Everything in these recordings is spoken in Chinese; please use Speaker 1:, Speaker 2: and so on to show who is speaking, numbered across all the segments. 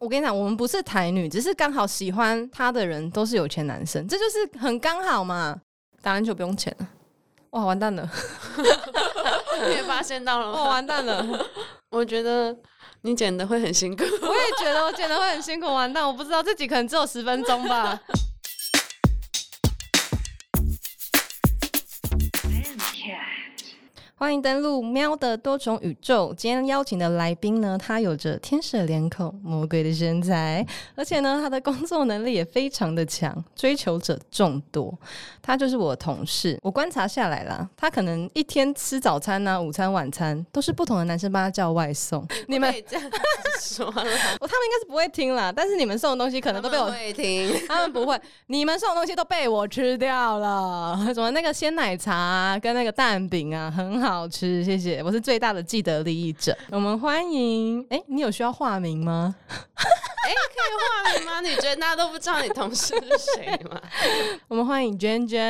Speaker 1: 我跟你讲，我们不是台女，只是刚好喜欢他的人都是有钱男生，这就是很刚好嘛。打篮球不用钱了，哇，完蛋了，
Speaker 2: 你也发现到了
Speaker 1: 哇，
Speaker 2: 吗？
Speaker 1: 哦完蛋了！
Speaker 2: 我觉得你剪的会很辛 苦。
Speaker 1: 我也觉得我剪的会很辛苦，完蛋，我不知道自己可能只有十分钟吧。欢迎登录喵的多重宇宙。今天邀请的来宾呢，他有着天使的脸孔、魔鬼的身材，而且呢，他的工作能力也非常的强，追求者众多。他就是我的同事，我观察下来啦，他可能一天吃早餐呐、午餐、晚餐都是不同的男生帮他叫外 送。你们
Speaker 2: 可以这样子 说了，
Speaker 1: 哦我他们应该是不会听啦，但是你们送的东西可能都被我
Speaker 2: 他们会 听。
Speaker 1: 他们不会，你们送的东西都被我吃掉了。 什么那个鲜奶茶、啊、跟那个蛋饼啊，很好吃，谢谢，我是最大的既得利益者。我们欢迎，哎、你有需要化名吗？
Speaker 2: 哎、可以化名吗？你觉得大家都不知道你同事是谁吗
Speaker 1: 我们欢迎娟娟。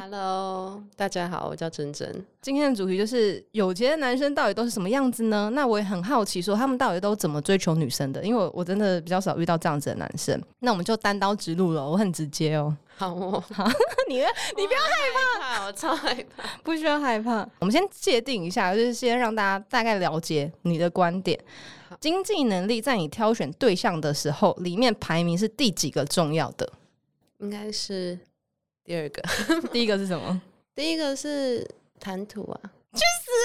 Speaker 2: ？Hello，大家好，我叫珍珍。
Speaker 1: 今天的主题就是有钱的男生到底都是什么样子呢？那我也很好奇，说他们到底都怎么追求女生的？因为我我真的比较少遇到这样子的男生。那我们就单刀直入了，我很直接哦。
Speaker 2: 好哦，
Speaker 1: 你呢
Speaker 2: 你不要害怕，我超害怕。
Speaker 1: 不需要害怕。我们先界定一下，就是先让大家大概了解你的观点
Speaker 2: 好。
Speaker 1: 经济能力在你挑选对象的时候，里面排名是第几个重要 的？
Speaker 2: 应该是第二个，
Speaker 1: 第一个是什么？
Speaker 2: 第一个是谈吐啊。去死啊！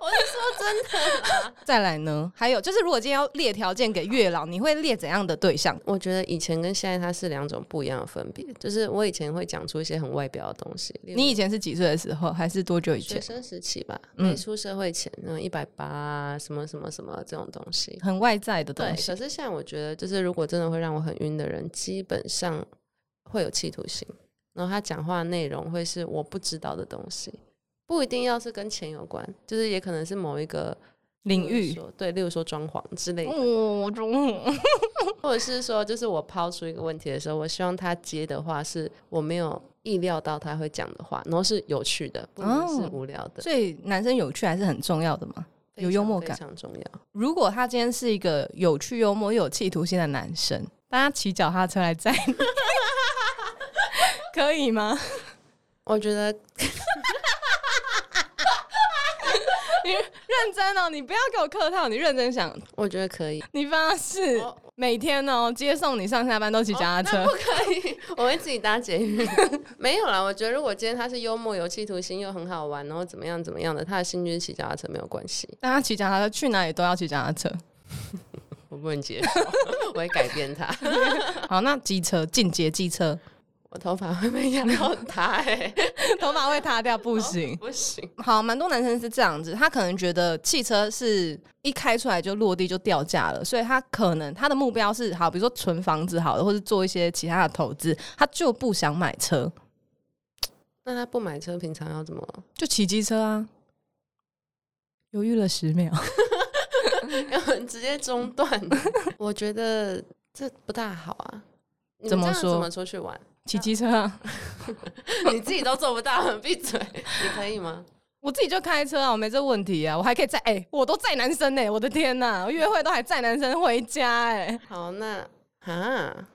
Speaker 2: 我是说真的啦。
Speaker 1: 再来呢？还有就是，如果今天要列条件给月老，你会列怎样的对象？
Speaker 2: 我觉得以前跟现在它是两种不一样的分别，就是我以前会讲出一些很外表的东西，例如
Speaker 1: 你以前是几岁的时候，还是多久以
Speaker 2: 学
Speaker 1: 前？
Speaker 2: 生时期吧，
Speaker 1: 嗯
Speaker 2: 没出社会前，嗯，一百八什么什么什么这种东西。
Speaker 1: 很外在的
Speaker 2: 对，
Speaker 1: 东西
Speaker 2: 可。是像我觉得，就是如果真的会让我很晕的人，基本上会有企图心，然后他讲话的内容会是我不知道的东西，不一定要是跟钱有关，就是也可能是某一个
Speaker 1: 领
Speaker 2: 例如
Speaker 1: 域。
Speaker 2: 说对，嗯例如说装潢之类的，
Speaker 1: 哦，中
Speaker 2: 或者是说，就是我抛出一个问题的时候，我希望他接的话是我没有意料到他会讲的话，然后是有趣的，不能是
Speaker 1: 哦
Speaker 2: 无聊的，
Speaker 1: 所以男生有趣还是很重要的嘛。
Speaker 2: 非
Speaker 1: 有幽
Speaker 2: 常
Speaker 1: 默
Speaker 2: 非
Speaker 1: 感
Speaker 2: 常重要。
Speaker 1: 如果他今天是一个有趣、幽默又有企图心的男生，大家骑脚踏车来载你，可以吗？
Speaker 2: 我觉得
Speaker 1: 认真哦，你不要给我客套，你认真想，
Speaker 2: 我觉得可以，
Speaker 1: 你发誓
Speaker 2: 我
Speaker 1: 每天哦接送你上下班都骑脚踏车，
Speaker 2: 不可以， 我会自己搭捷运。 没有啦，我觉得如果今天他是幽默、有企图心又很好玩，然后怎么样怎么样的，他的兴趣是骑脚踏车没有关系，
Speaker 1: 大家骑脚踏车去哪里都要骑脚踏车。
Speaker 2: 我不能接受， 我会改变他。
Speaker 1: 好，那机车进阶机车，
Speaker 2: 我头发会被压到他、欸，
Speaker 1: 头发会塌掉不行。
Speaker 2: 不行。
Speaker 1: 好，蛮多男生是这样子，他可能觉得汽车是一开出来就落地就掉价了，所以他可能他的目标是好，比如说存房子好了，或是做一些其他的投资，他就不想买车，
Speaker 2: 那他不买车，平常要怎么？
Speaker 1: 就骑机车啊。犹豫了十秒，
Speaker 2: 要直接中断。 我觉得这不大好啊。你
Speaker 1: 怎
Speaker 2: 们
Speaker 1: 么
Speaker 2: 这样
Speaker 1: 说
Speaker 2: 怎么出去玩？
Speaker 1: 骑机车啊，
Speaker 2: 你自己都做不到，闭嘴！ 你可以吗？
Speaker 1: 我自己就开车啊，我没这问题啊，我还可以载，哎、我都载男生呢、我的天呐、我约会都还载男生回家、哎，
Speaker 2: 好，那啊，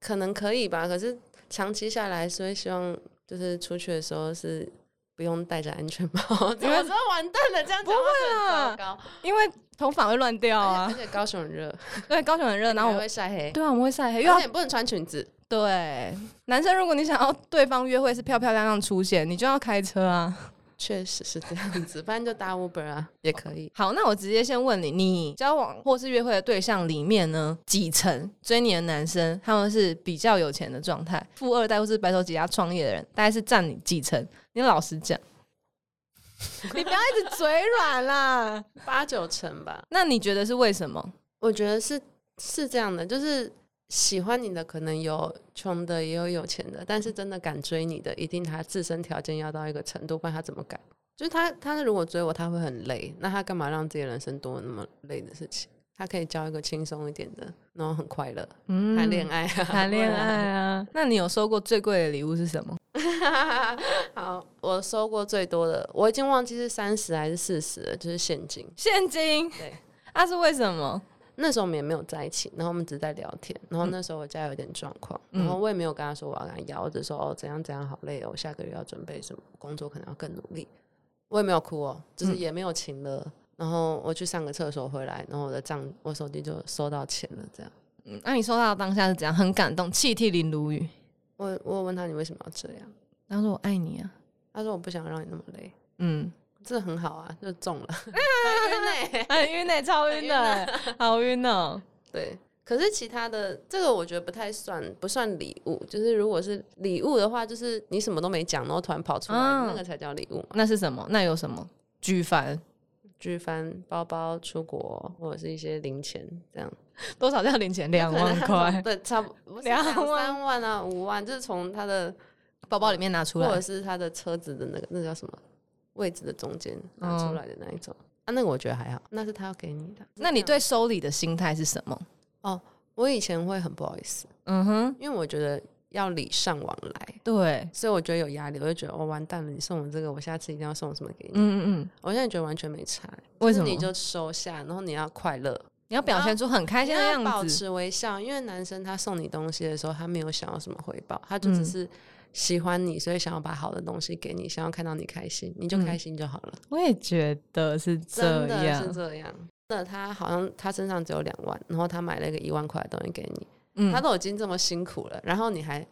Speaker 2: 可能可以吧。可是长期下来，所以希望就是出去的时候是不用戴着安全帽。 怎么说完蛋了？这样讲话真的很糟糕。
Speaker 1: 因为头发会乱掉
Speaker 2: 而
Speaker 1: 啊，
Speaker 2: 且高雄很热，
Speaker 1: 对，高雄很热，然后我
Speaker 2: 还
Speaker 1: 们
Speaker 2: 会晒黑，
Speaker 1: 哎对啊，我们会晒黑，因为
Speaker 2: 而且你不能穿裙子。
Speaker 1: 对，男生，如果你想要对方约会是漂漂亮亮出现，你就要开车啊。
Speaker 2: 确实是这样子，不然就搭 Uber 啊，也可以。
Speaker 1: 好，那我直接先问你，你交往或是约会的对象里面呢，几成追你的男生他们是比较有钱的状态，富二代或是白手起家创业的人，大概是占你几成？你老实讲，你不要一直嘴软啦。
Speaker 2: 八九成吧。
Speaker 1: 那你觉得是为什么？
Speaker 2: 我觉得是是这样的，就是喜欢你的可能有穷的，也有有钱的，但是真的敢追你的，一定他自身条件要到一个程度，不然他怎么敢？就是他他如果追我，他会很累，那他干嘛让自己的人生多那么累的事情？他可以交一个轻松一点的，然后很快乐，
Speaker 1: 嗯
Speaker 2: 谈恋爱啊，
Speaker 1: 谈恋爱啊？那你有收过最贵的礼物是什么？
Speaker 2: 好，我收过最多的，我已经忘记是三十还是四十了，就是现金。
Speaker 1: 现金。啊
Speaker 2: 对，
Speaker 1: 那、是为什么？
Speaker 2: 那时候我们也没有在一起，然后我们只是在聊天。然后那时候我家有点状况，然后我也没有跟他说我要跟他要，我只说哦怎样怎样好累哦，我下个月要准备什么工作，可能要更努力。我也没有哭哦，就是也没有情了。然后我去上个厕所回来，然后我的账我手机就收到钱了，这样。
Speaker 1: 嗯那、你收到的当下是怎样？很感动，泣涕零如雨。
Speaker 2: 我我有问他你为什么要这样，
Speaker 1: 他说：“我爱你啊。
Speaker 2: 他说我不想让你那么累，”
Speaker 1: 嗯，
Speaker 2: 这很好啊，就中了。
Speaker 1: 很哎晕呢、欸超晕的，好晕哦、
Speaker 2: 对，可是其他的这个我觉得不太算，不算礼物。就是如果是礼物的话，就是你什么都没讲，然后突然跑出来，
Speaker 1: 嗯
Speaker 2: 那个才叫礼物嘛。
Speaker 1: 那是什么？那有什么？举凡
Speaker 2: 举翻包包出国，或者是一些零钱这样，
Speaker 1: 多少叫零钱？两万块，
Speaker 2: 对，差不多
Speaker 1: 两
Speaker 2: 两三
Speaker 1: 万
Speaker 2: 万啊，五万，就是从他的
Speaker 1: 包包里面拿出
Speaker 2: 或者
Speaker 1: 来。
Speaker 2: 是他的车子的那个那叫什么位置的中间拿出来的那一种。啊，那个我觉得还好，那是他要给你的。
Speaker 1: 嗯那你对收礼的心态是什么？
Speaker 2: 我以前会很不好意思，
Speaker 1: 嗯哼，
Speaker 2: 因为我觉得要礼尚往来，
Speaker 1: 对，
Speaker 2: 所以我觉得有压力，我就觉得我、哦完蛋了，你送我这个，我下次一定要送什么给你。
Speaker 1: 嗯嗯嗯，
Speaker 2: 我现在觉得完全没差，
Speaker 1: 为什么？
Speaker 2: 就是你就收下，然后你要快乐，
Speaker 1: 你要表现出很开
Speaker 2: 你
Speaker 1: 心的
Speaker 2: 要保
Speaker 1: 样子。
Speaker 2: 持微笑，因为男生他送你东西的时候，他没有想要什么回报，他就只
Speaker 1: 嗯
Speaker 2: 是喜欢你，所以想要把好的东西给你，想要看到你开心，你就
Speaker 1: 嗯
Speaker 2: 开心就好了。
Speaker 1: 我也觉得是这
Speaker 2: 真的是
Speaker 1: 样。
Speaker 2: 这样。那他好像他身上只有两万，然后他买了一个一万块的东西给你，
Speaker 1: 嗯
Speaker 2: 他，都已经这么辛苦了，然后你还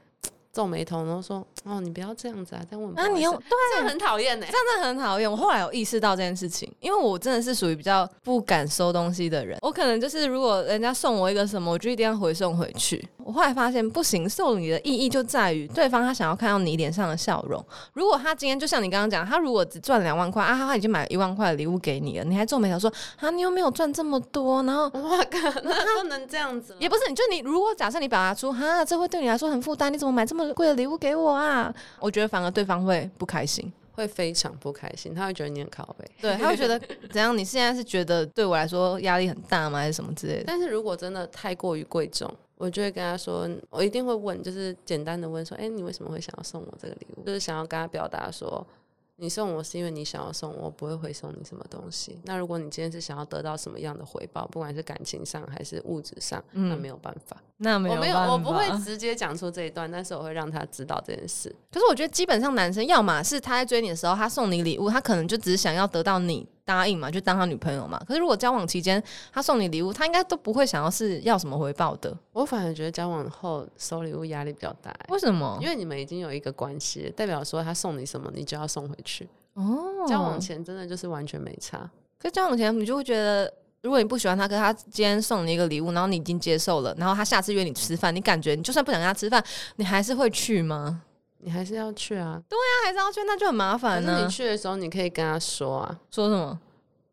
Speaker 2: 皱眉头，然后说：“哦，你不要这样子啊，这样我很不
Speaker 1: 那
Speaker 2: 好
Speaker 1: 你
Speaker 2: 意
Speaker 1: 用
Speaker 2: 思
Speaker 1: 对，
Speaker 2: 这样很讨厌欸呢。”
Speaker 1: 这样真的很讨厌。我后来有意识到这件事情，因为我真的是属于比较不敢收东西的人。我可能就是如果人家送我一个什么，我就一定要回送回去。我后来发现不行，送礼的意义就在于对方他想要看到你脸上的笑容。如果他今天就像你刚刚讲，他如果只赚两万块啊，他已经买了一万块的礼物给你了，你还皱眉头说啊，你又没有赚这么多，然后。
Speaker 2: 哇靠，那不能这样子。
Speaker 1: 也不是，就你如果假设你表达出哈，这会对你来说很负担，你怎么买这么贵的礼物给我啊？我觉得反而对方会不开心。
Speaker 2: 会非常不开心，他会觉得你很靠 背。
Speaker 1: 对，他会觉得怎样？你现在是觉得对我来说压力很大吗？还是什么之类的？
Speaker 2: 但是如果真的太过于贵重，我就会跟他说，我一定会问，就是简单的问说，哎、你为什么会想要送我这个礼物？就是想要跟他表达说，你送我是因为你想要送我，我不会回送你什么东西。那如果你今天是想要得到什么样的回报，不管是感情上还是物质上，
Speaker 1: 嗯
Speaker 2: 那没有办法。
Speaker 1: 那没
Speaker 2: 我
Speaker 1: 有
Speaker 2: 没
Speaker 1: 办
Speaker 2: 有，
Speaker 1: 法，
Speaker 2: 我不会直接讲出这一段，但是我会让他知道这件事。
Speaker 1: 可是我觉得基本上男生，要么是他在追你的时候，他送你礼物，他可能就只是想要得到你答应嘛，就当他女朋友嘛。可是如果交往期间他送你礼物，他应该都不会想要是要什么回报的。
Speaker 2: 我反而觉得交往后收礼物压力比较大、欸
Speaker 1: 为什么
Speaker 2: 因？为你们已经有一个关系了，代表说他送你什么，你就要送回去。
Speaker 1: 哦
Speaker 2: 交往，前真的就是完全没差，
Speaker 1: 可是交往前你就会觉得。如果你不喜欢他，可是他今天送你一个礼物，然后你已经接受了，然后他下次约你吃饭，你感觉你就算不想跟他吃饭，你还是会去吗？
Speaker 2: 你还是要去啊。
Speaker 1: 那还是要去，那就很麻
Speaker 2: 可
Speaker 1: 烦呢、啊
Speaker 2: 是你去的时候，你可以跟他说啊，
Speaker 1: 说什么？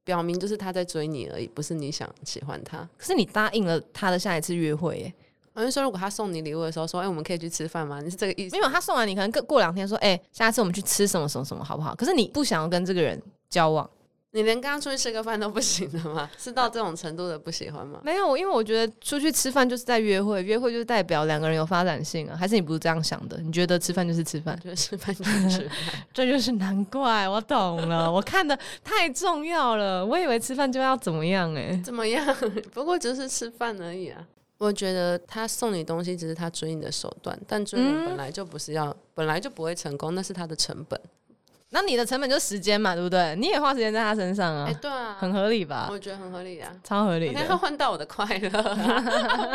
Speaker 2: 表明就是他在追你而已，不是你想喜欢他。
Speaker 1: 可是你答应了他的下一次约会耶，
Speaker 2: 我就说，如果他送你礼物的时候说，哎、我们可以去吃饭吗？你是这个意思
Speaker 1: 没？有他送完你，可能过过两天说，哎、下次我们去吃什么什么什么好不好？可是你不想要跟这个人交往，
Speaker 2: 你连跟他出去吃个饭都不行的吗？是到这种程度的不喜欢吗？
Speaker 1: 没有，因为我觉得出去吃饭就是在约会，约会就是代表两个人有发展性啊，还是你不是这样想的？你觉得吃饭就是吃饭
Speaker 2: 我？觉得吃 饭就是吃饭，
Speaker 1: 这就是难怪我懂了，我看的太重要了，我以为吃饭就要怎么样哎、
Speaker 2: 怎么样？ 不过就是吃饭而已啊。我觉得他送你东西只是他追你的手段，但追人本来就不是要，嗯本来就不会成功，那是他的成本。
Speaker 1: 那你的成本就是时间嘛，对不对？你也花时间在他身上啊，
Speaker 2: 哎、对啊，
Speaker 1: 很合理吧？
Speaker 2: 我觉得很合理啊。
Speaker 1: 超合理
Speaker 2: 我要
Speaker 1: 的。
Speaker 2: 换到我的快乐、啊不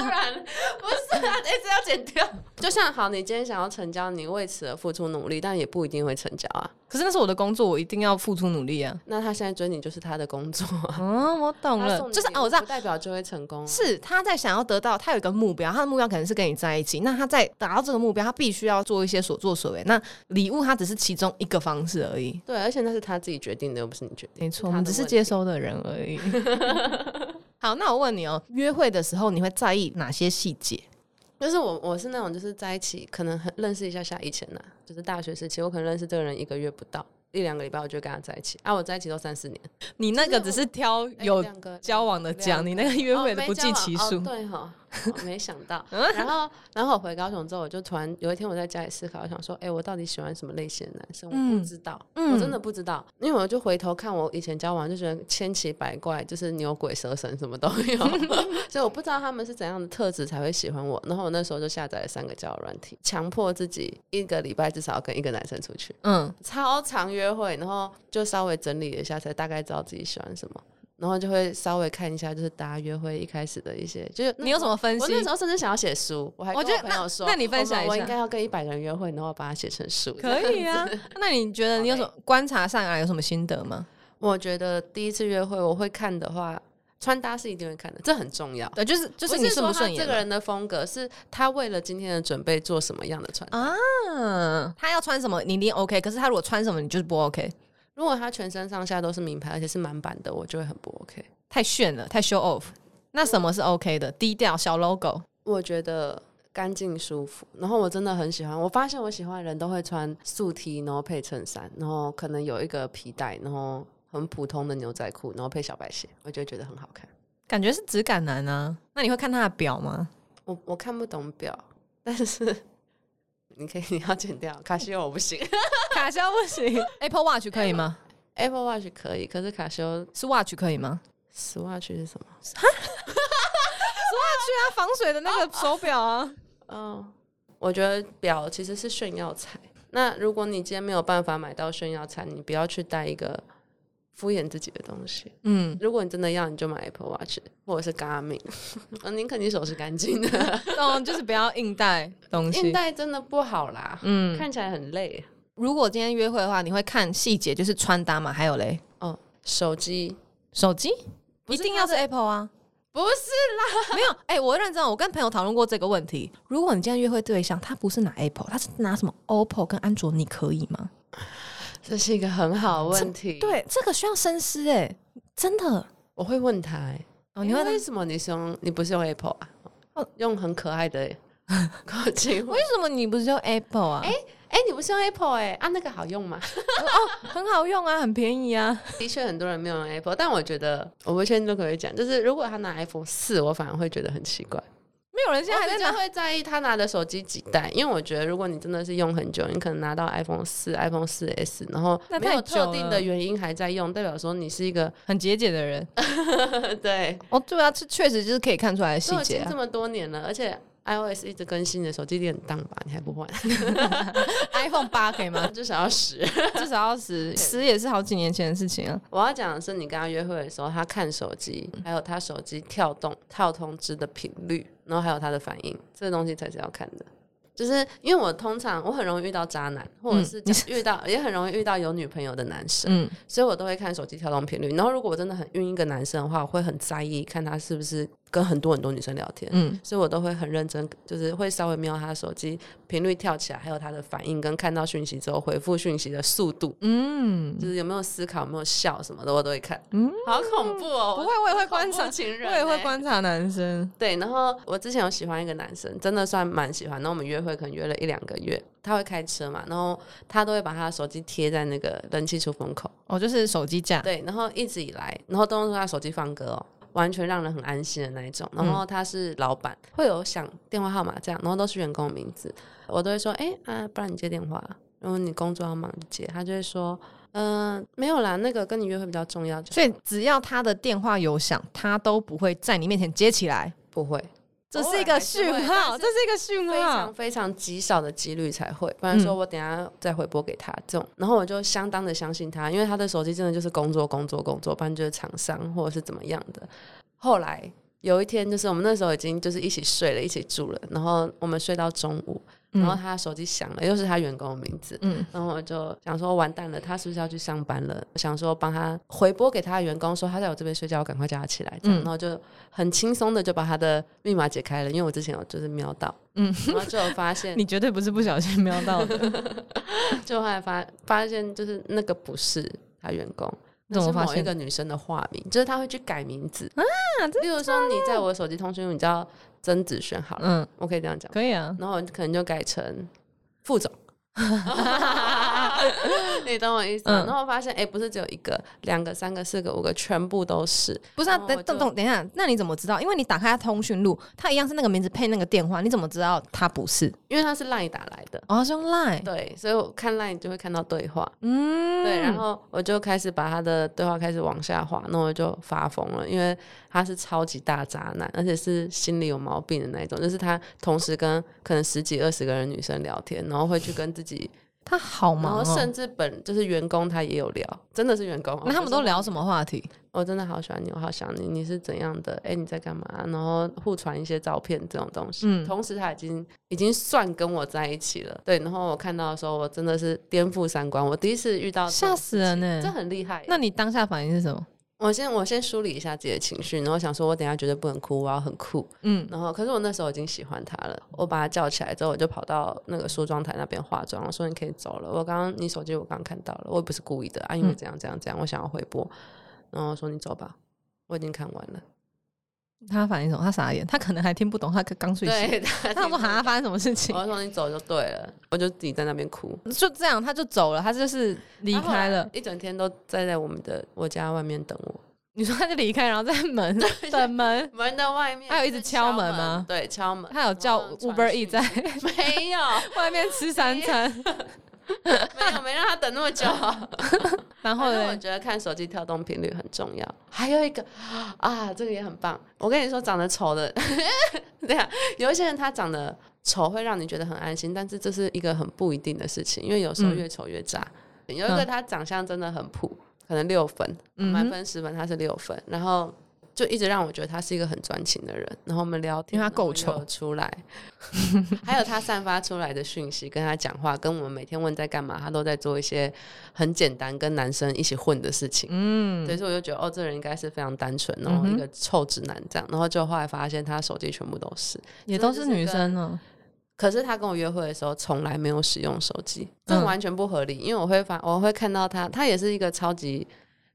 Speaker 2: 然 不是啊，一直要剪掉。就像好，你今天想要成交，你为此而付出努力，但也不一定会成交啊。
Speaker 1: 可是那是我的工作，我一定要付出努力啊。
Speaker 2: 那他现在追你就是他的工作啊，
Speaker 1: 哦，我懂
Speaker 2: 他
Speaker 1: 了
Speaker 2: 送，你
Speaker 1: 就是
Speaker 2: 礼
Speaker 1: 哦，
Speaker 2: 物
Speaker 1: 我知道
Speaker 2: 不，代表就会成功、啊。
Speaker 1: 是他在想要得到，他有一个目标，他的目标可能是跟你在一起。那他在达到这个目标，他必须要做一些所作所为。那礼物它只是其中一个方式而已，
Speaker 2: 对，而且那是他自己决定的，又不是你决定。
Speaker 1: 没错，
Speaker 2: 他
Speaker 1: 我
Speaker 2: 的
Speaker 1: 们只是接收的人而 已。好，那我问你哦，约会的时候你会在意哪些细节？
Speaker 2: 就是我，我是那种就是在一起，可能很认识一下下以前呐、就是大学时期，我可能认识这个人一个月不到，一两个礼拜我就跟他在一起啊，我在一起都三四年，
Speaker 1: 你那个只是挑
Speaker 2: 哎
Speaker 1: 有
Speaker 2: 两个
Speaker 1: 交往的讲，
Speaker 2: 哎两
Speaker 1: 你那个约会的
Speaker 2: 哦
Speaker 1: 不计
Speaker 2: 没交
Speaker 1: 其
Speaker 2: 往
Speaker 1: 数嗯
Speaker 2: 哦。对哈、没想到。然后，然后我回高雄之后，我就突然有一天我在家里思考，我想说，哎、我到底喜欢什么类型的男生？我
Speaker 1: 嗯
Speaker 2: 不知道，
Speaker 1: 嗯
Speaker 2: 我真的不知道。因为我就回头看我以前交往，就觉得千奇百怪，就是牛鬼蛇神什么都有， 所以我不知道他们是怎样的特质才会喜欢我。然后我那时候就下载了三个交友软体，强迫自己一个礼拜至少要跟一个男生出去。
Speaker 1: 嗯，
Speaker 2: 超常约会，然后就稍微整理了一下，才大概知道自己喜欢什么，然后就会稍微看一下，就是大家约会一开始的一些，就是
Speaker 1: 你有什么分析
Speaker 2: 我？那时候甚至想要写书，我还
Speaker 1: 我
Speaker 2: 跟
Speaker 1: 觉得
Speaker 2: 我朋友说，
Speaker 1: 那那你分享一下
Speaker 2: 我我应该要跟一百个人约会，然后把它写成书。
Speaker 1: 可以 啊，那你觉得你有什么观察上来有什么心得吗？
Speaker 2: 我觉得第一次约会我会看的话，穿搭是一定会看的，这很重要。
Speaker 1: 对，就是就你顺
Speaker 2: 是说
Speaker 1: 不
Speaker 2: 他
Speaker 1: 顺眼啊
Speaker 2: 这个人的风格，是他为了今天的准备做什么样的穿搭
Speaker 1: 嘛啊？他要穿什么你一定 OK，可是他如果穿什么你就是不 OK，
Speaker 2: 如果他全身上下都是名牌，而且是满版的，我就会很不 OK。
Speaker 1: 太炫了，太 show off。那什么是 OK 的？低调小 logo，
Speaker 2: 我觉得干净舒服，然后我真的很喜欢。我发现我喜欢的人都会穿素 T，然后配衬衫，然后可能有一个皮带，然后很普通的牛仔裤，然后配小白鞋，我就会觉得很好看。
Speaker 1: 感觉是质感男啊。那你会看他的表吗？
Speaker 2: 我我看不懂表，但是 你可以你要剪掉，卡西欧我不行
Speaker 1: 卡西欧不行 ，Apple Watch 可以吗？
Speaker 2: ，Apple Watch 可以，可是卡西欧
Speaker 1: 是 Watch 可以吗？
Speaker 2: Swatch 是什么？
Speaker 1: 它防水的那个手表啊，
Speaker 2: 哦，我觉得表其实是炫耀财。那如果你今天没有办法买到炫耀财，你不要去带一个敷衍自己的东西。
Speaker 1: 嗯，
Speaker 2: 如果你真的要，你就买 Apple Watch 或者是 Garmin，呃 宁可你手是干净的，
Speaker 1: 懂，就是不要硬带东
Speaker 2: 硬
Speaker 1: 西。
Speaker 2: 带真的不好啦，
Speaker 1: 嗯，
Speaker 2: 看起来很累。
Speaker 1: 如果今天约会的话，你会看细节，就是穿搭嘛，还有嘞，
Speaker 2: 哦，手机
Speaker 1: 手机
Speaker 2: 不
Speaker 1: 一
Speaker 2: 是
Speaker 1: 定
Speaker 2: 它
Speaker 1: 要是 Apple 啊。
Speaker 2: 不 是
Speaker 1: 没有，哎、我认真的，我跟朋友讨论过这个问题。如果你今天约会对象他不是拿 Apple，他是拿什么 OPPO 跟安卓，你可以吗？
Speaker 2: 这是一个很好的问题，，
Speaker 1: 对，这个需要深思哎、真的。
Speaker 2: 我会问他、欸，
Speaker 1: 哦，
Speaker 2: 哎
Speaker 1: 你会
Speaker 2: 为什么你是用你不是用 Apple 啊？
Speaker 1: 哦
Speaker 2: 用很可爱 的口气问，
Speaker 1: 为什么你不是用 Apple 啊？哎、
Speaker 2: 哎、你不是用 Apple 哎、啊，那个好用吗？
Speaker 1: 很好用啊，很便宜啊。
Speaker 2: 的确很多人没有用 Apple，但我觉得我不确定都可以讲，就是如果他拿 iPhone 四，我反而会觉得很奇怪。
Speaker 1: 没有人现在还
Speaker 2: 我
Speaker 1: 在
Speaker 2: 比较
Speaker 1: 拿，
Speaker 2: 会在意他拿的手机几代，因为我觉得如果你真的是用很久，你可能拿到 iPhone 四、iPhone 四 S，然后
Speaker 1: 那
Speaker 2: 没
Speaker 1: 太
Speaker 2: 有
Speaker 1: 久
Speaker 2: 特定的原因还在用，代表说你是一个
Speaker 1: 很节俭的人。
Speaker 2: 对，
Speaker 1: 哦，对啊，这确实就是可以看出来的细
Speaker 2: 都已
Speaker 1: 节
Speaker 2: 经
Speaker 1: 啊
Speaker 2: 这。么多年了，而且 iOS 一直更新，你的手机有点当吧，你还不 换，
Speaker 1: iPhone 八可以 吗？
Speaker 2: 至少要十。
Speaker 1: 至少要十，十也是好几年前的事情啊。
Speaker 2: 我要讲的是，你跟他约会的时候，他看手机，
Speaker 1: 嗯
Speaker 2: 还有他手机跳动、跳通知的频率，然后还有他的反应，这个东西才是要看的。就是因为我通常我很容易遇到渣男，或者是
Speaker 1: 嗯你
Speaker 2: 遇到、 也很容易遇到有女朋友的男生，
Speaker 1: 嗯，
Speaker 2: 所以我都会看手机跳动频率。然后如果我真的很晕一个男生的话，我会很在意看他是不是跟很多很多女生聊天。
Speaker 1: 嗯
Speaker 2: 所以我都会很认真，就是会稍微瞄他手机频率跳起来，还有他的反应，跟看到讯息之后回复讯息的速度，
Speaker 1: 嗯，
Speaker 2: 就是有没有思考、有没有笑什么的，我都会看。
Speaker 1: 嗯
Speaker 2: 好恐怖哦！
Speaker 1: 不会我也会观察
Speaker 2: 恐怖情人、欸
Speaker 1: 我也会。观察男生。
Speaker 2: 对，然后我之前有喜欢一个男生，真的算蛮喜欢。然后我们约会可能约了一两个月，他会开车嘛，然后他都会把他的手机贴在那个冷气出风口，
Speaker 1: 哦，就是手机架，
Speaker 2: 对，然后一直以来，然后都用他手机放歌哦，完全让人很安心的那一种。然后他是老板，会有想电话号码这样，然后都是员工的名字，我都会说，哎、啊，不然你接电话，然后你工作要忙就接。他就会说，嗯、没有啦，那个跟你约会比较重要，就
Speaker 1: 所以只要他的电话有响，他都不会在你面前接起来。
Speaker 2: 不会。
Speaker 1: 这是一个讯
Speaker 2: 偶尔还是会
Speaker 1: 号，
Speaker 2: 但是
Speaker 1: 这是一个讯
Speaker 2: 非常
Speaker 1: 号。
Speaker 2: 非常极少的几率才会，不然说我等一下再回拨给他这种，然后我就相当的相信他，因为他的手机真的就是工作工作工作，不然就是厂商或者是怎么样的。后来有一天，就是我们那时候已经就是一起睡了，一起住了，然后我们睡到中午，然后他手机响了，又是他员工的名字，
Speaker 1: 嗯，
Speaker 2: 然后我就想说完蛋了，他是不是要去上班了？我想说帮他回拨给他的员工说他在我这边睡觉，我赶快叫他起来，这
Speaker 1: 嗯
Speaker 2: 样，然后就很轻松的就把他的密码解开了，因为我之前有就是瞄到，嗯，然后就有发 现，
Speaker 1: 你绝对不是不小心瞄到 的，
Speaker 2: 就后来发发现就是那个不是他员工。
Speaker 1: 怎么
Speaker 2: 那是
Speaker 1: 发
Speaker 2: 某一
Speaker 1: 现啊
Speaker 2: 个女生的化名，就是他会去改名字。
Speaker 1: 真的
Speaker 2: 例如说，你在我手机通讯录，你叫曾子轩好了，
Speaker 1: 嗯，
Speaker 2: 我可以这样讲。
Speaker 1: 可以啊。
Speaker 2: 然后我可能就改成副总，你懂我意思吗？然后我发现，哎、不是只有一个、两个、三个、四个、五个，全部都是。
Speaker 1: 不是啊，
Speaker 2: 然后
Speaker 1: 等
Speaker 2: 哦我
Speaker 1: 等
Speaker 2: 就
Speaker 1: 等，等一下，那你怎么知道？因为你打开他通讯录，他一样是那个名字配那个电话，你怎么知道他不是？
Speaker 2: 因为他是 LINE 打来的，
Speaker 1: 哦，他是用 Line，
Speaker 2: 对，所以我看 LINE 就会看到对话，
Speaker 1: 嗯，
Speaker 2: 对，然后我就开始把他的对话开始往下滑，那我就发疯了，因为他是超级大渣男，而且是心里有毛病的那一种，就是他同时跟可能十几二十个人女生聊天，然后会去跟自己，
Speaker 1: 他好
Speaker 2: 然
Speaker 1: 忙
Speaker 2: 后
Speaker 1: 哦
Speaker 2: 甚。至本就是员工他也有聊，真的是员工哦，
Speaker 1: 那他们都
Speaker 2: 就是
Speaker 1: 聊什么话题？
Speaker 2: 我真的好喜欢你，我好想你，你是怎样的？哎、你在干嘛？然后互传一些照片这种东西。
Speaker 1: 嗯
Speaker 2: 同时他已经已经算跟我在一起了，对。然后我看到的时候，我真的是颠覆三观，我第一次遇到这种
Speaker 1: 吓死人呢、
Speaker 2: 这很厉害。
Speaker 1: 那你当下反应是什么？
Speaker 2: 我先我先梳理一下自己的情绪，然后想说，我等一下绝对不能哭，我要很酷。
Speaker 1: 嗯，
Speaker 2: 然后，可是我那时候已经喜欢他了，我把他叫起来之后，我就跑到那个梳妆台那边化妆，我说你可以走了，我刚刚你手机我刚刚看到了，我也不是故意的啊，因为
Speaker 1: 嗯
Speaker 2: 这样这样这样，我想要回拨，然后我说你走吧，我已经看完了。
Speaker 1: 他反应什么？他傻眼，他可能还听不懂，他刚睡醒。
Speaker 2: 对， 他
Speaker 1: 他想说：“哈，，发生什么事情
Speaker 2: 我就说你走就对了，我就自己在那边哭，？”
Speaker 1: 就这样，他就走了，他就是离
Speaker 2: 他后来
Speaker 1: 开了。
Speaker 2: 一整天都站在我们的我家外面等我，
Speaker 1: 你说他就离开，然后在 门等门，
Speaker 2: 门的外面，
Speaker 1: 他有一直
Speaker 2: 就是
Speaker 1: 敲
Speaker 2: 敲
Speaker 1: 门吗
Speaker 2: 对，敲门，
Speaker 1: 他有叫
Speaker 2: 然后哦传
Speaker 1: Uber E
Speaker 2: 讯
Speaker 1: 在
Speaker 2: 没有，
Speaker 1: 外面吃三 餐，
Speaker 2: 没有，没让他等那么 久。
Speaker 1: 然后
Speaker 2: 反正我
Speaker 1: 呢？
Speaker 2: 觉得看手机跳动频率很重要。还有一个啊，这个也很棒。我跟你说，长得丑的， 对啊，有一些人他长得丑会让你觉得很安心，但是这是一个很不一定的事情，因为有时候
Speaker 1: 嗯
Speaker 2: 越丑越渣。有一个他长相真的很普，可能六分，
Speaker 1: 嗯
Speaker 2: 满
Speaker 1: 哼，
Speaker 2: 分十分他是六分，然后。就一直让我觉得他是一个很专情的人，然后我们聊
Speaker 1: 因
Speaker 2: 天，
Speaker 1: 为他够
Speaker 2: 然后又有 出来，还有他散发出来的讯息，跟他讲话，跟我们每天问在干嘛，他都在做一些很简单跟男生一起混的事情。
Speaker 1: 嗯，
Speaker 2: 所以说我就觉得哦，这人应该是非常单纯，然后一个臭直男这样，然后就后来发现他手机全部都是，
Speaker 1: 也都是女生哦呢。
Speaker 2: 可是他跟我约会的时候从来没有使用手机，这
Speaker 1: 嗯
Speaker 2: 完全不合理，因为我会发我会看到他，他也是一个超级。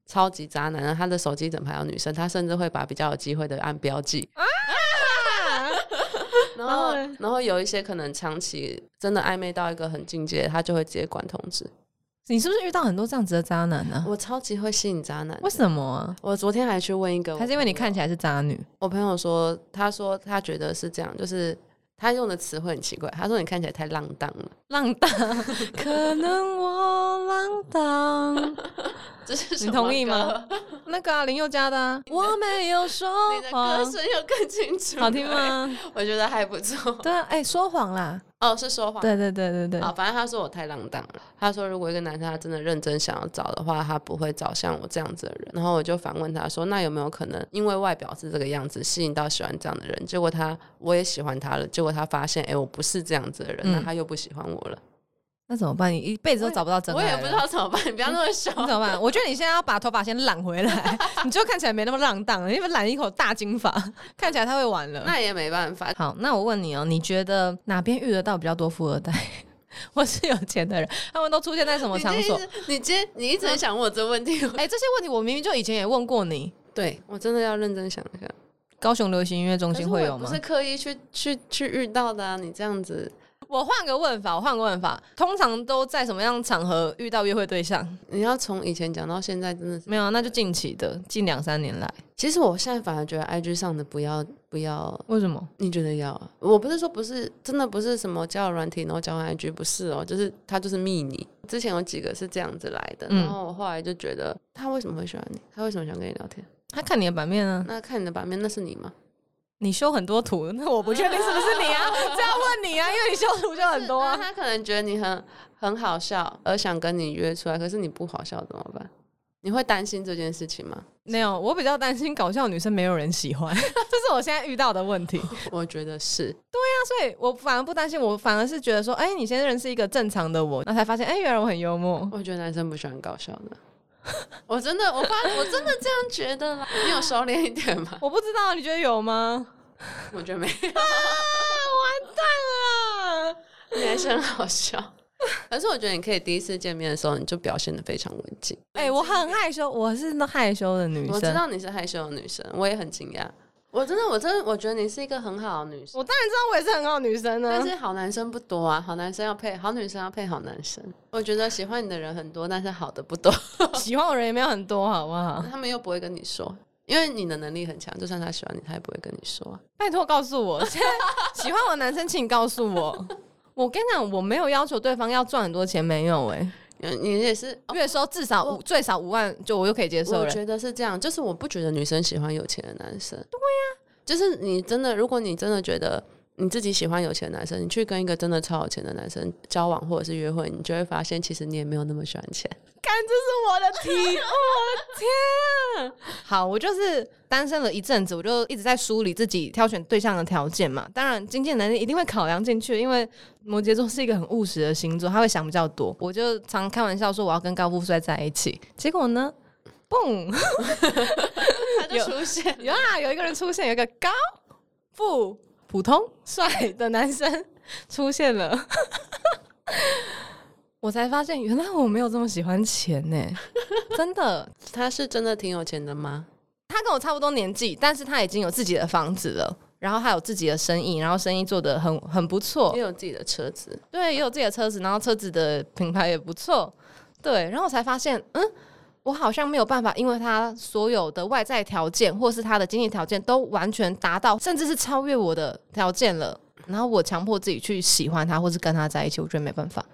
Speaker 2: 超级渣男，他的手机整排有女生，他甚至会把比较有机会的按标记。
Speaker 1: 啊
Speaker 2: 然后，然后有一些可能长期真的暧昧到一个很境界，他就会直接关通知。
Speaker 1: 你是不是遇到很多这样子的渣男呢？
Speaker 2: 我超级会吸引渣男的，
Speaker 1: 为什么啊？
Speaker 2: 我昨天还去问一个我朋友，
Speaker 1: 还是因为你看起来是渣女？
Speaker 2: 我朋友说，他说他觉得是这样，就是他用的词汇很奇怪。他说你看起来太浪荡了，
Speaker 1: 浪 荡，可能我浪荡。
Speaker 2: 这是什
Speaker 1: 你
Speaker 2: 么
Speaker 1: 同意
Speaker 2: 歌
Speaker 1: 吗？那个啊林宥嘉的啊，我没有说
Speaker 2: 你的歌
Speaker 1: 谎，
Speaker 2: 声又更清楚，
Speaker 1: 好听？吗？
Speaker 2: 我觉得还不错。
Speaker 1: 对啊，哎，说谎啦，
Speaker 2: 哦，是说谎。
Speaker 1: 对对对对
Speaker 2: 啊，
Speaker 1: 对，
Speaker 2: 反正他说我太浪荡了。他说，如果一个男生他真的认真想要找的话，他不会找像我这样子的人。然后我就反问他说，那有没有可能因为外表是这个样子，吸引到喜欢这样的人？结果他我也喜欢他了，结果他发现，哎、我不是这样子的人，
Speaker 1: 嗯
Speaker 2: 那他又不喜欢我了。
Speaker 1: 那怎么办？你一辈子都找不到真
Speaker 2: 我
Speaker 1: 爱
Speaker 2: 也
Speaker 1: 了，
Speaker 2: 不知道怎么 办，你不要那么凶。
Speaker 1: 你怎么办？我觉得你现在要把头发先染回来，你就看起来没那么浪荡了，因为染一口大金发，看起来太会玩了。
Speaker 2: 那也没办法，
Speaker 1: 好，那我问你哦，你觉得哪边遇得到比较多富二代， 或是有钱的人？他们都出现在什么场所？
Speaker 2: 你今天你一直很想问我这个问题，
Speaker 1: 哎、这些问题我明明就以前也问过你。
Speaker 2: 对我真的要认真想一下。
Speaker 1: 高雄流行音乐中
Speaker 2: 可是
Speaker 1: 心
Speaker 2: 我
Speaker 1: 会
Speaker 2: 也
Speaker 1: 有
Speaker 2: 不
Speaker 1: 吗
Speaker 2: 是？刻意去去去遇到的啊！你这样子，
Speaker 1: 我换个问法，我换个问法，通常都在什么样的场合遇到约会对象？
Speaker 2: 你要从以前讲到现在，真的是
Speaker 1: 没有啊，那就近期的，近两三年来，
Speaker 2: 其实我现在反而觉得 IG 上的不要不要，
Speaker 1: 为什么？
Speaker 2: 你觉得要啊？我不是说不是，真的不是什么交友软体，然后交换 IG 不是哦，就是他就是密你。之前有几个是这样子来的，
Speaker 1: 嗯
Speaker 2: 然后我后来就觉得他为什么会喜欢你？他为什么想跟你聊天？
Speaker 1: 他看你的版面啊，
Speaker 2: 那看你的版面，那是你吗？
Speaker 1: 你修很多图，那我不确定是不是你 啊，这要问你啊，因为你修图就很多啊
Speaker 2: 那。他可能觉得你很很好笑，而想跟你约出来，可是你不好笑怎么办？你会担心这件事情吗？
Speaker 1: 没有，我比较担心搞笑女生没有人喜欢， 这是我现在遇到的问题。那
Speaker 2: 我觉得是，
Speaker 1: 所以我反而不担心，我反而是觉得说，哎、你现在认识一个正常的我，那才发现，哎、原来我很幽默。
Speaker 2: 我觉得男生不喜欢搞笑的。我真的，我发，我真的这样觉得啦。你有收敛一点吗？
Speaker 1: 我不知道，你觉得有吗？
Speaker 2: 我觉得没有，
Speaker 1: 啊，完蛋了！
Speaker 2: 你还是很好笑。可是我觉得你可以第一次见面的时候，你就表现的非常文静。
Speaker 1: 哎、我很害羞，我是那害羞的女
Speaker 2: 我知
Speaker 1: 生。
Speaker 2: 道你是害羞的女生，我也很惊讶。我真的，我真的，我觉得你是一个很好的女生，
Speaker 1: 我当然知道我也是很好的女生啊呢
Speaker 2: 但，是好男生不多啊，好男生要配好女生要配好男生。我觉得喜欢你的人很多，但是好的不多，
Speaker 1: 喜欢我人也没有很多，好不好？
Speaker 2: 他们又不会跟你说，因为你的能力很强，就算他喜欢你，他也不会跟你说啊。
Speaker 1: 拜托告诉我， 现在喜欢我的男生，请告诉我。 我跟你讲，我没有要求对方要赚很多钱，没有哎、
Speaker 2: 你你也是，哦
Speaker 1: 月收至少五，最少五万，就我就可以接受
Speaker 2: 我
Speaker 1: 了。
Speaker 2: 觉得是这样，就是我不觉得女生喜欢有钱的男生。对呀、就是你真的，如果你真的觉得你自己喜欢有钱的男生，你去跟一个真的超有钱的男生交往或者是约会，你就会发现，其实你也没有那么喜欢钱。
Speaker 1: 看，这是我的题，哦我的天、啊！好，我就是单身了一阵子，我就一直在梳理自己挑选对象的条件嘛。当然，经济能力一定会考量进去，因为摩羯座是一个很务实的星座，他会想比较多。我就常开玩笑说我要跟高富帅在一起，结果呢，嘣，
Speaker 2: 他就 出现，
Speaker 1: 有啊，有一个人出现，有一个高富普通帅的男生出现了。 我才发现，原来我没有这么喜欢钱 呢、真的，
Speaker 2: 他是真的挺有钱的吗？
Speaker 1: 他跟我差不多年纪，但是他已经有自己的房子了，然后他有自己的生意，然后生意做得很很不错
Speaker 2: 也，有自己的车子，
Speaker 1: 对，也有自己的车子，然后车子的品牌也不错，对，然后我才发现，嗯，我好像没有办法，因为他所有的外在条件或是他的经济条件都完全达到，甚至是超越我的条件了。然后我强迫自己去喜欢他，或是跟他在一起，我觉得没办法。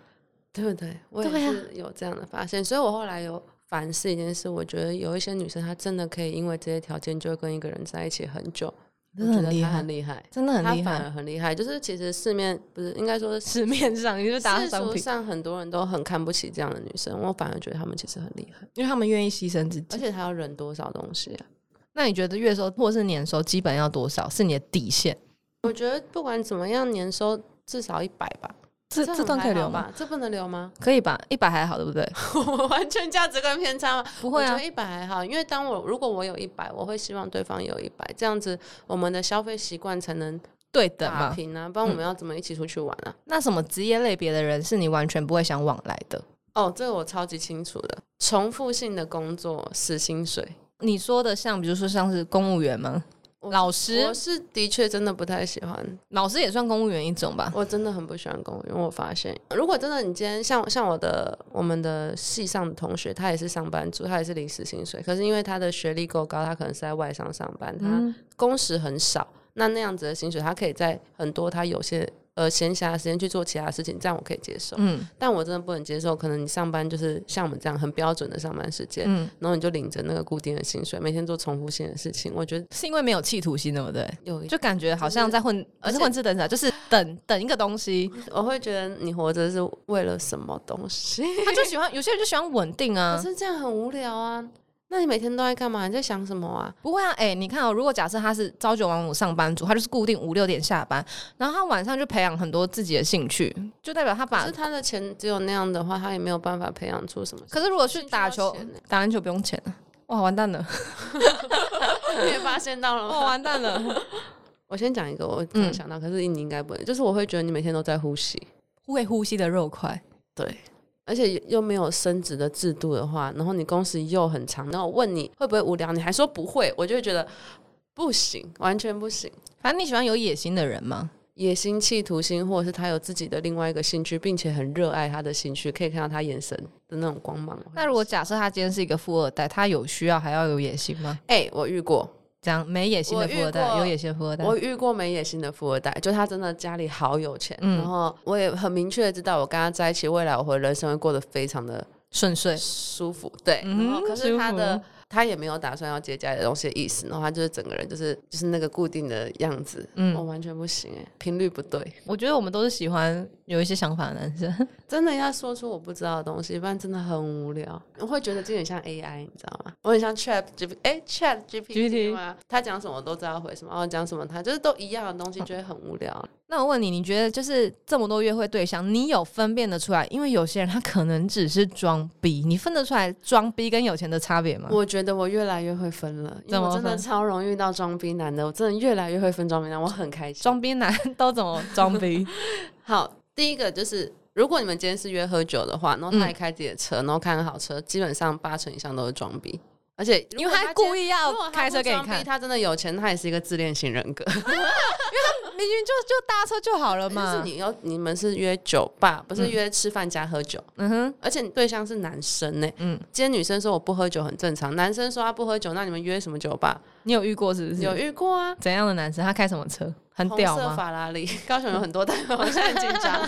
Speaker 2: 对不对？我
Speaker 1: 对
Speaker 2: 也
Speaker 1: 啊
Speaker 2: 是有这样的发现，所以我后来有反思一件事，我觉得有一些女生她真的可以因为这些条件就跟一个人在一起很久，我
Speaker 1: 真的很
Speaker 2: 觉得
Speaker 1: 厉
Speaker 2: 她
Speaker 1: 害
Speaker 2: 很厉害，
Speaker 1: 真的
Speaker 2: 她
Speaker 1: 很厉
Speaker 2: 反
Speaker 1: 害
Speaker 2: 而，很厉害。就是其实市面不是应该说是
Speaker 1: 市面上就是打
Speaker 2: 世
Speaker 1: 商
Speaker 2: 俗
Speaker 1: 品，
Speaker 2: 上很多人都很看不起这样的女生，我反而觉得她们其实很厉害，
Speaker 1: 因为他们愿意牺牲自己
Speaker 2: 而。且她要忍多少东西啊？
Speaker 1: 那你觉得月收或是年收基本要多少是你的底线？
Speaker 2: 我觉得不管怎么样，年收至少一百吧。
Speaker 1: 这
Speaker 2: 很
Speaker 1: 这段可以
Speaker 2: 还好
Speaker 1: 留吗？
Speaker 2: 吧？这不能留吗？
Speaker 1: 可以吧，一百还好，对 不对？
Speaker 2: 我们完全价值观偏差吗？
Speaker 1: 不会啊
Speaker 2: 我觉得一百还好，因为当我如果我有一百，我会希望对方也有一百，这样子我们的消费习惯才能
Speaker 1: 对等嗯
Speaker 2: 打
Speaker 1: 嘛。
Speaker 2: 平啊，不然我们要怎么一起出去玩啊？
Speaker 1: 那什么职业类别的人是你完全不会想往来的？
Speaker 2: 哦，这个我超级清楚的，重复性的工作死薪水。
Speaker 1: 你说的像，比如说像是公务员吗？
Speaker 2: 我
Speaker 1: 老师
Speaker 2: 我是的确真的不太喜欢，
Speaker 1: 老师也算公务员一种吧？
Speaker 2: 我真的很不喜欢公务员。我发现，如果真的你今天像像我的我们的系上的同学，他也是上班族，他也是领死薪水，可是因为他的学历够高，他可能是在外商上班，他、
Speaker 1: 嗯，
Speaker 2: 工时很少，那那样子的薪水，他可以在很多他有些呃闲暇的时间去做其他事情，这样我可以接受。
Speaker 1: 嗯
Speaker 2: 但我真的不能接受，可能你上班就是像我们这样很标准的上班时间，
Speaker 1: 嗯，
Speaker 2: 然后你就领着那个固定的薪水，每天做重复性的事情，我觉得
Speaker 1: 是因为没有企图心，对不对？
Speaker 2: 有一
Speaker 1: 就感觉好像在混，而
Speaker 2: 而且
Speaker 1: 且混吃等死啊，就是等等一个东 西。
Speaker 2: 我会觉得你活着是为了什么东西？
Speaker 1: 他就喜欢有些人就喜欢稳定
Speaker 2: 可
Speaker 1: 啊，
Speaker 2: 是这样很无聊啊！那你每天都在干嘛？你在想什么啊？
Speaker 1: 不会啊，哎、你看哦，如果假设他是朝九晚五上班族，他就是固定五六点下班，然后他晚上就培养很多自己的兴趣，就代表他
Speaker 2: 可
Speaker 1: 把
Speaker 2: 是。他的钱只有那样的话，他也没有办法培养出什么。
Speaker 1: 可是如果去打球
Speaker 2: 兴趣要钱欸，
Speaker 1: 打篮球不用钱啊，哇，完蛋了，
Speaker 2: 你也发现到了
Speaker 1: 哇，完嗯蛋了，
Speaker 2: 我先讲一个，我突然想到，可是你应该不会，就是我会觉得你每天都在呼吸，
Speaker 1: 会呼吸的肉块。
Speaker 2: 对，而且又又没有升职的制度的话，然后你工时又很长，然后我问你会不会无聊，你还说不会，我就会觉得不行，完全不行。
Speaker 1: 反正你喜欢有野心的人吗？
Speaker 2: 野心、企图心，或者是他有自己的另外一个兴趣，并且很热爱他的兴趣，可以看到他眼神的那种光芒。
Speaker 1: 那如果假设他今天是一个富二代，他有需要还要有野心吗？
Speaker 2: 哎、我遇过，
Speaker 1: 这样没野心的
Speaker 2: 我遇
Speaker 1: 富二代，
Speaker 2: 过
Speaker 1: 有野心的富二代，
Speaker 2: 我遇过没野心的富二代，就他真的家里好有钱，
Speaker 1: 嗯
Speaker 2: 然后我也很明确的知道，我跟他在一起，未来我的人生会过得非常的
Speaker 1: 顺遂。
Speaker 2: 舒服，对。
Speaker 1: 嗯
Speaker 2: 然后可是他
Speaker 1: 舒
Speaker 2: 的
Speaker 1: 服
Speaker 2: 他也没有打算要接家里的东西的意思，然后他就是整个人就是就是那个固定的样子，
Speaker 1: 嗯
Speaker 2: 我、完全不行哎，频率不对，
Speaker 1: 我觉得我们都是喜欢有一些想法的男生。
Speaker 2: 真的要说出我不知道的东西，不然真的很无聊。我会觉得这很像 AI，你知道吗？我很像 Chat G P 哎 Chat G P
Speaker 1: GPT
Speaker 2: T 吗？他讲什么我都知道回什么，哦讲什么他就是都一样的
Speaker 1: 哦
Speaker 2: 东西，觉得很无聊。
Speaker 1: 那我问你，你觉得就是这么多约会对象，你有分辨得出来？因为有些人他可能只是装逼，你分得出来装逼跟有钱的差别吗？
Speaker 2: 我觉得我越来越会分了，因为
Speaker 1: 怎么
Speaker 2: 我真的
Speaker 1: 分
Speaker 2: 超容易遇到装逼男的，我真的越来越会分装逼男，我很开心。
Speaker 1: 装逼男都怎么装逼？
Speaker 2: 好，第一个就是，如果你们今天是约喝酒的话，然后他也开自己的车，然后开很好车，基本上八成以上都是装逼。嗯而且如果
Speaker 1: 因为他
Speaker 2: 今
Speaker 1: 故
Speaker 2: 天
Speaker 1: 意要
Speaker 2: 如果他
Speaker 1: 开车
Speaker 2: 不
Speaker 1: 给你
Speaker 2: 装逼
Speaker 1: 看
Speaker 2: 他真的有钱，他也是一个自恋型人格。
Speaker 1: 明明就就搭车就好了
Speaker 2: 就
Speaker 1: 嘛。
Speaker 2: 是你要你们是约酒吧，不是约吃饭加喝酒，
Speaker 1: 嗯哼，
Speaker 2: 而且你对象是男生呢、
Speaker 1: 嗯，
Speaker 2: 今天女生说我不喝酒很正常，男生说他不喝酒，那你们约什么酒吧？
Speaker 1: 你有遇过是不是？
Speaker 2: 有遇过啊？
Speaker 1: 怎样的男生？他开什么车？很
Speaker 2: 红
Speaker 1: 屌
Speaker 2: 色
Speaker 1: 吗？
Speaker 2: 法拉利，高雄有很多，但我现在很紧 张，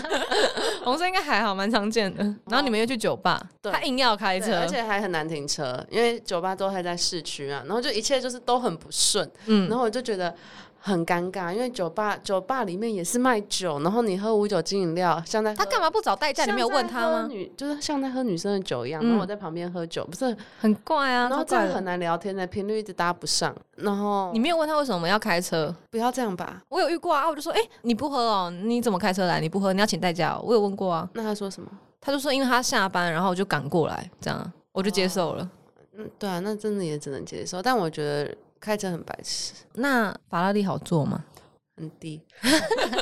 Speaker 1: 红色应该还好，蛮常见的。然后你们又去酒吧，
Speaker 2: 哦对
Speaker 1: 他硬要开
Speaker 2: 对
Speaker 1: 车，
Speaker 2: 而且还很难停车，因为酒吧都还在市区啊，然后就一切就是都很不顺，
Speaker 1: 嗯
Speaker 2: 然后我就觉得很尴尬，因为酒吧酒吧里面也是卖酒，然后你喝无酒精饮料，像在喝
Speaker 1: 他干嘛不找代驾？你没有问他
Speaker 2: 像在喝
Speaker 1: 吗？
Speaker 2: 女就是像在喝女生的酒一样，
Speaker 1: 嗯
Speaker 2: 然后我在旁边喝酒，不是，
Speaker 1: 很怪啊，
Speaker 2: 然
Speaker 1: 超
Speaker 2: 后这
Speaker 1: 怪
Speaker 2: 样
Speaker 1: 的
Speaker 2: 很难哦聊天的，频率一直搭不上。然后
Speaker 1: 你没有问他为什么要开车？
Speaker 2: 不要这样吧？
Speaker 1: 我有遇过啊，我就说，哎、你不喝哦，你怎么开车来？你不喝，你要请代驾、哦。我有问过啊，
Speaker 2: 那他说什么？
Speaker 1: 他就说因为他下班，然后我就赶过来，这样啊我就接受了。
Speaker 2: 嗯，对啊，那真的也只能接受，但我觉得开车很白痴，
Speaker 1: 那法拉利好坐吗？
Speaker 2: 很低，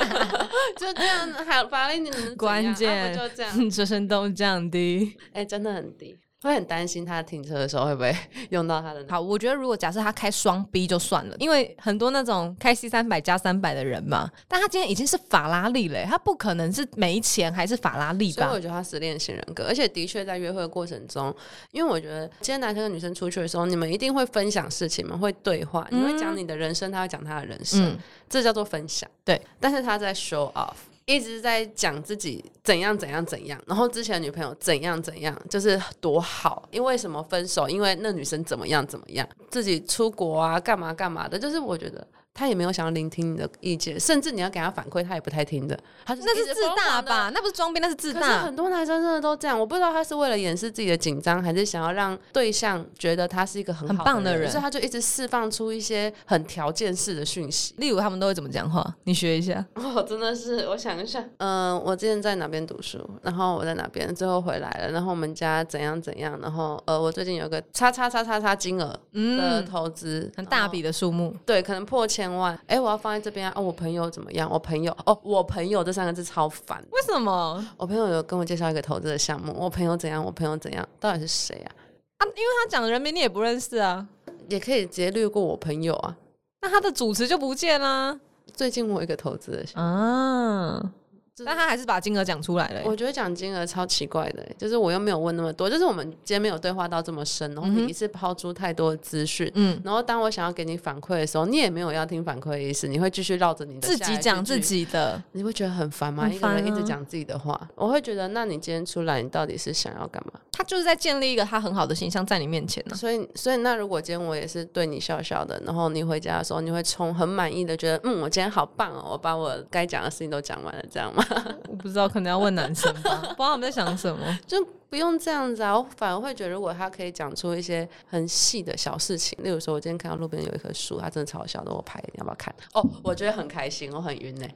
Speaker 2: 就这样。还有法拉利，你们怎样
Speaker 1: 关
Speaker 2: 啊
Speaker 1: 键
Speaker 2: 不就 这样？
Speaker 1: 折身都降低。
Speaker 2: 哎、真的很低，会很担心他停车的时候会不会 用到他的那。
Speaker 1: 好，我觉得如果假设他开双 B 就算了，因为很多那种开 C 三百加三百的人嘛，但他今天已经是法拉利了、他不可能是没钱还是法拉利
Speaker 2: 所以
Speaker 1: 吧嗯
Speaker 2: 我？觉得他是恋型人格，而且的确在约会的过程中，因为我觉得今天男生跟女生出去的时候，你们一定会分享事情嘛，会对话，你会讲你的人生，他会讲他的人生，
Speaker 1: 嗯，
Speaker 2: 这叫做分享。
Speaker 1: 对，
Speaker 2: 但是他在 show off，一直在讲自己怎样怎样怎样，然后之前的女朋友怎样怎样，就是多好，因为什么分手，因为那女生怎么样怎么样，自己出国啊，干嘛干嘛的，就是我觉得。他也没有想要聆听你的意见，甚至你要给他反馈，他也不太听的。他就
Speaker 1: 那
Speaker 2: 一直
Speaker 1: 是自
Speaker 2: 疯
Speaker 1: 大
Speaker 2: 狂地
Speaker 1: 吧？那不是装逼，那是自
Speaker 2: 可是
Speaker 1: 大
Speaker 2: 很。多男生真的都这样，我不知道他是为了掩饰自己的紧张，还是想要让对象觉得他是一个很
Speaker 1: 很
Speaker 2: 好
Speaker 1: 棒的
Speaker 2: 人，
Speaker 1: 人
Speaker 2: 所以他就一直释放出一些很条件式的讯息。
Speaker 1: 例如他们都会怎么讲话？你学一 下。
Speaker 2: 我哦真的是，我想一下，嗯、我之前在哪边读书，然后我在哪边，最后回来了，然后我们家怎样怎样，然后呃，我最近有一个叉叉叉叉叉金额的哦
Speaker 1: 嗯，
Speaker 2: 投资，
Speaker 1: 很大笔的数目。
Speaker 2: 对，可能破千万，哎、我要放在这边啊，哦，我朋友怎么样？我朋友，哦，我朋友这三个字超烦，
Speaker 1: 为什么？
Speaker 2: 我朋友有跟我介绍一个投资的项目，我朋友怎样，我朋友怎样，到底是谁啊？
Speaker 1: 他讲的人名你也不认识啊？
Speaker 2: 也可以直接略过我朋友啊。
Speaker 1: 那他的主持就不见啦。
Speaker 2: 最近我有一个投资的项
Speaker 1: 啊，
Speaker 2: 目，
Speaker 1: 但他还是把金额讲出来了、欸
Speaker 2: 我觉得讲金额超奇怪的、欸就是我又没有问那么多，就是我们今天没有对话到这么深，然后你一次抛出太多的资讯。
Speaker 1: 嗯，
Speaker 2: 然后，当我想要给你反馈的时候，你也没有要听反馈的意思，你会继续绕着你的
Speaker 1: 自
Speaker 2: 下一
Speaker 1: 己
Speaker 2: 句
Speaker 1: 讲自
Speaker 2: 继续
Speaker 1: 己的。
Speaker 2: 你会觉得很烦吗？
Speaker 1: 很
Speaker 2: 一个人一
Speaker 1: 烦
Speaker 2: 直
Speaker 1: 啊
Speaker 2: 讲自己的话，我会觉得，那你今天出来，你到底是想要干嘛？
Speaker 1: 他就是在建立一个他很好的形象在你面前啊呢、
Speaker 2: 所以，所以那如果今天我也是对你笑笑的，然后你回家的时候，你会从很满意的觉得，嗯，我今天好棒哦，我把我该讲的事情都讲完了，这样吗？
Speaker 1: 我不知道，可能要问男生吧，不知道他们在想什么。
Speaker 2: 就不用这样子啊。我反而会觉得，如果他可以讲出一些很细的小事情，例如说，我今天看到路边有一棵树，它真的超小的，我拍，你要不要看？哦，我觉得很开心，我很晕呢、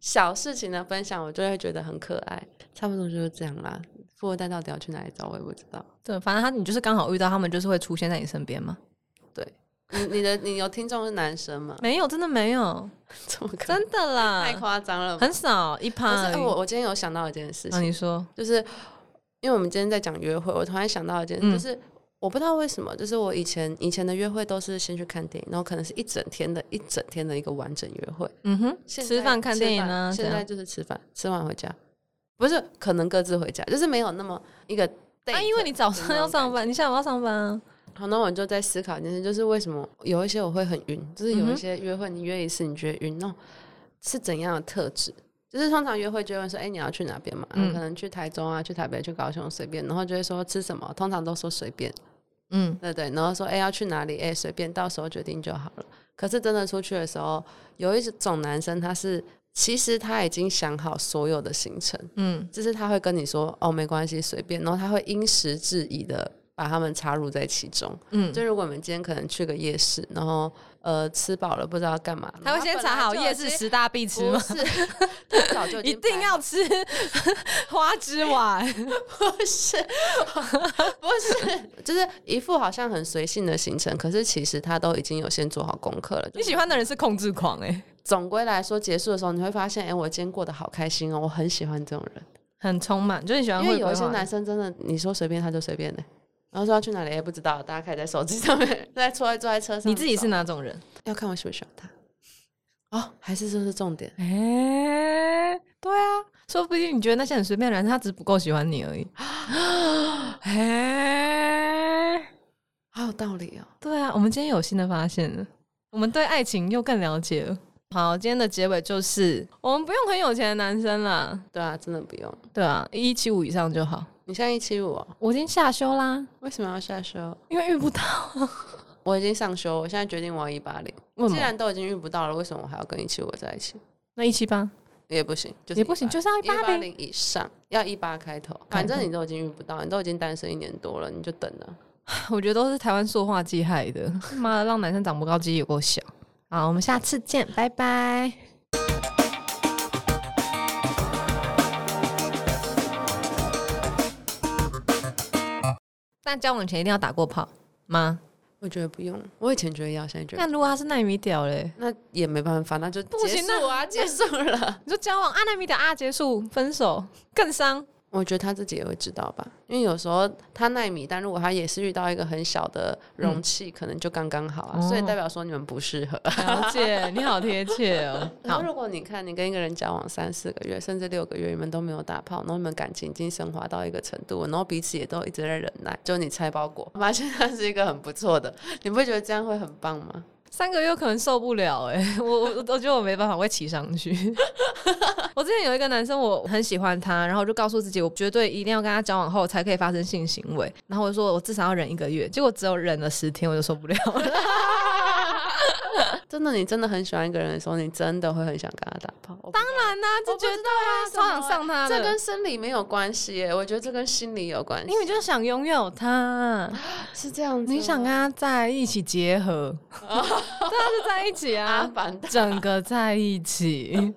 Speaker 2: 小事情的分享，我就会觉得很可爱。差不多就是这样啦。富二代到底要去哪里找，我也不知道。
Speaker 1: 对，反正他你就是刚好遇到他们，就是会出现在你身边嘛。？
Speaker 2: 你你的你有听众是男生吗
Speaker 1: 没有，真的没有，
Speaker 2: 怎么可能？
Speaker 1: 真的
Speaker 2: 太
Speaker 1: 啦，
Speaker 2: 夸张了吧，
Speaker 1: 很少一
Speaker 2: 不是，
Speaker 1: 趴而
Speaker 2: 哎
Speaker 1: 已。
Speaker 2: 我我今天有想到一件事
Speaker 1: 啊，
Speaker 2: 情，
Speaker 1: 你说，
Speaker 2: 就是因为我们今天在讲约会，我突然想到一件事，
Speaker 1: 嗯
Speaker 2: 就是我不知道为什么，就是我以前以前的约会都是先去看电影，然后可能是一整天的一整天的一个完整约会，
Speaker 1: 嗯哼，
Speaker 2: 现在
Speaker 1: 吃饭看电影啊，
Speaker 2: 吃
Speaker 1: 怎
Speaker 2: 饭现在
Speaker 1: 样？
Speaker 2: 就是吃饭，吃完回家，不是可能各自回家，就是没有那么一个 date。
Speaker 1: 啊，因为你早上要上
Speaker 2: 班，
Speaker 1: 班，你下午要上班啊。
Speaker 2: 好，那我就在思考一件事，就是为什么有一些我会很晕，就是有
Speaker 1: 嗯
Speaker 2: 一
Speaker 1: 哼
Speaker 2: 些约会你约一次你觉得晕，那种是怎样的特质？就是通常约会就会说，哎、你要去哪边嘛？嗯、
Speaker 1: 嗯
Speaker 2: 可能去台中啊，去台北，去高雄，随便。然后就会说吃什么，通常都说随便，
Speaker 1: 嗯，
Speaker 2: 对对。然后说，哎、要去哪里？哎、随便，到时候决定就好了。可是真的出去的时候，有一种男生他是，其实他已经想好所有的行程，
Speaker 1: 嗯，
Speaker 2: 就是他会跟你说，哦，没关系，随便。然后他会因时制宜的把他们插入在其中。
Speaker 1: 嗯，
Speaker 2: 就如果我们今天可能去个夜市，然后呃吃饱了不知道要干嘛，
Speaker 1: 他会先查好夜市十大必吃
Speaker 2: 不
Speaker 1: 吗？
Speaker 2: 是，他早就 已
Speaker 1: 一
Speaker 2: 经
Speaker 1: 定
Speaker 2: 排
Speaker 1: 要 吃花枝丸，
Speaker 2: 不 是不是，就是一副好像很随性的行程，可是其实他都已经有先做好功课了。就
Speaker 1: 你喜欢的人是控制狂哎、
Speaker 2: 总归来说，结束的时候你会发现，哎、我今天过得好开心哦，我很喜欢这种人，
Speaker 1: 很充满，就是你喜欢
Speaker 2: 因
Speaker 1: 会
Speaker 2: 为有一
Speaker 1: 规
Speaker 2: 些
Speaker 1: 划的
Speaker 2: 男生真的，你说随便他就随便的、然后说要去哪里也哎不知道，大家可以在手机上面 在坐在坐在车上找。
Speaker 1: 你自己是哪种人？
Speaker 2: 要看我喜不喜欢他？哦，还是这是重点。
Speaker 1: 哎、对啊，说不定你觉得那些很随便的人，他只是不够喜欢你 而已。哎、
Speaker 2: 好有道理哦。
Speaker 1: 对啊，我们今天有新的发现了，我们对爱情又更了解了。好，今天的结尾就是我们不用很有钱的男生啦，
Speaker 2: 对啊，真的不用。
Speaker 1: 对啊，一七五以上就好。
Speaker 2: 你现在一七五哦，
Speaker 1: 我已经下修啦，
Speaker 2: 为什么要下修？
Speaker 1: 因为遇不到。
Speaker 2: 我已经上修，我现在决定我要一八零。
Speaker 1: 为什么？
Speaker 2: 既然都已经遇不到了，为什么我还要跟一七五在一起？
Speaker 1: 那一七八
Speaker 2: 也不行，就是
Speaker 1: 也不行，就是要一
Speaker 2: 一八
Speaker 1: 八零。啊
Speaker 2: 零以上，要一八开头。反正你都已经遇不到，你都已经单身一年多了，你就等了。
Speaker 1: 我觉得都是台湾塑化剂害的， 妈的，让男生长不高，鸡有够小。好，我们下次见，拜拜。但交往前一定要打过炮吗？
Speaker 2: 我觉得不用，我以前觉得要，现在觉得
Speaker 1: 那如果他是奈米屌嘞？
Speaker 2: 那也没办法，那就
Speaker 1: 不
Speaker 2: 结
Speaker 1: 行那
Speaker 2: 束啊，结束了。
Speaker 1: 你说交往啊，奈米屌啊，结束分手更伤。
Speaker 2: 我觉得他自己也会知道吧，因为有时候他耐米，但如果他也是遇到一个很小的容器，可能就刚刚好啊，
Speaker 1: 哦
Speaker 2: 所以代表说你们不适合。
Speaker 1: 了解，你好贴切 哦。
Speaker 2: 然后
Speaker 1: 好，
Speaker 2: 如果你看你跟一个人交往三四个月，甚至六个月，你们都没有打炮，然后你们感情已经升华到一个程度，然后彼此也都一直在忍耐，就你拆包裹，发现他是一个很不错的，你不会觉得这样会很棒吗？
Speaker 1: 三个月可能受不了哎、 我我我我觉得我没办法，我会骑上去。 我之前有一个男生，我很喜欢他，然后我就告诉自己，我绝对一定要跟他交往后才可以发生性行为。然后我就说我至少要忍一个月，结果只有忍了十天，我就受不了了。
Speaker 2: 真的，你真的很喜欢一个人的时候，你真的会很想跟他打炮。我不
Speaker 1: 当然啦、这
Speaker 2: 我不
Speaker 1: 绝
Speaker 2: 知
Speaker 1: 对
Speaker 2: 道
Speaker 1: 啊，
Speaker 2: 为什
Speaker 1: 超
Speaker 2: 么
Speaker 1: 想上他
Speaker 2: 这
Speaker 1: 的
Speaker 2: 跟。生理没有关系耶，我觉得这跟心理有关系
Speaker 1: 因，为就是想拥有他，
Speaker 2: 是这样子。
Speaker 1: 你想跟他在一起 啊结合，对啊，就在一起
Speaker 2: 阿
Speaker 1: 啊，
Speaker 2: 凡达？
Speaker 1: 整个在一起。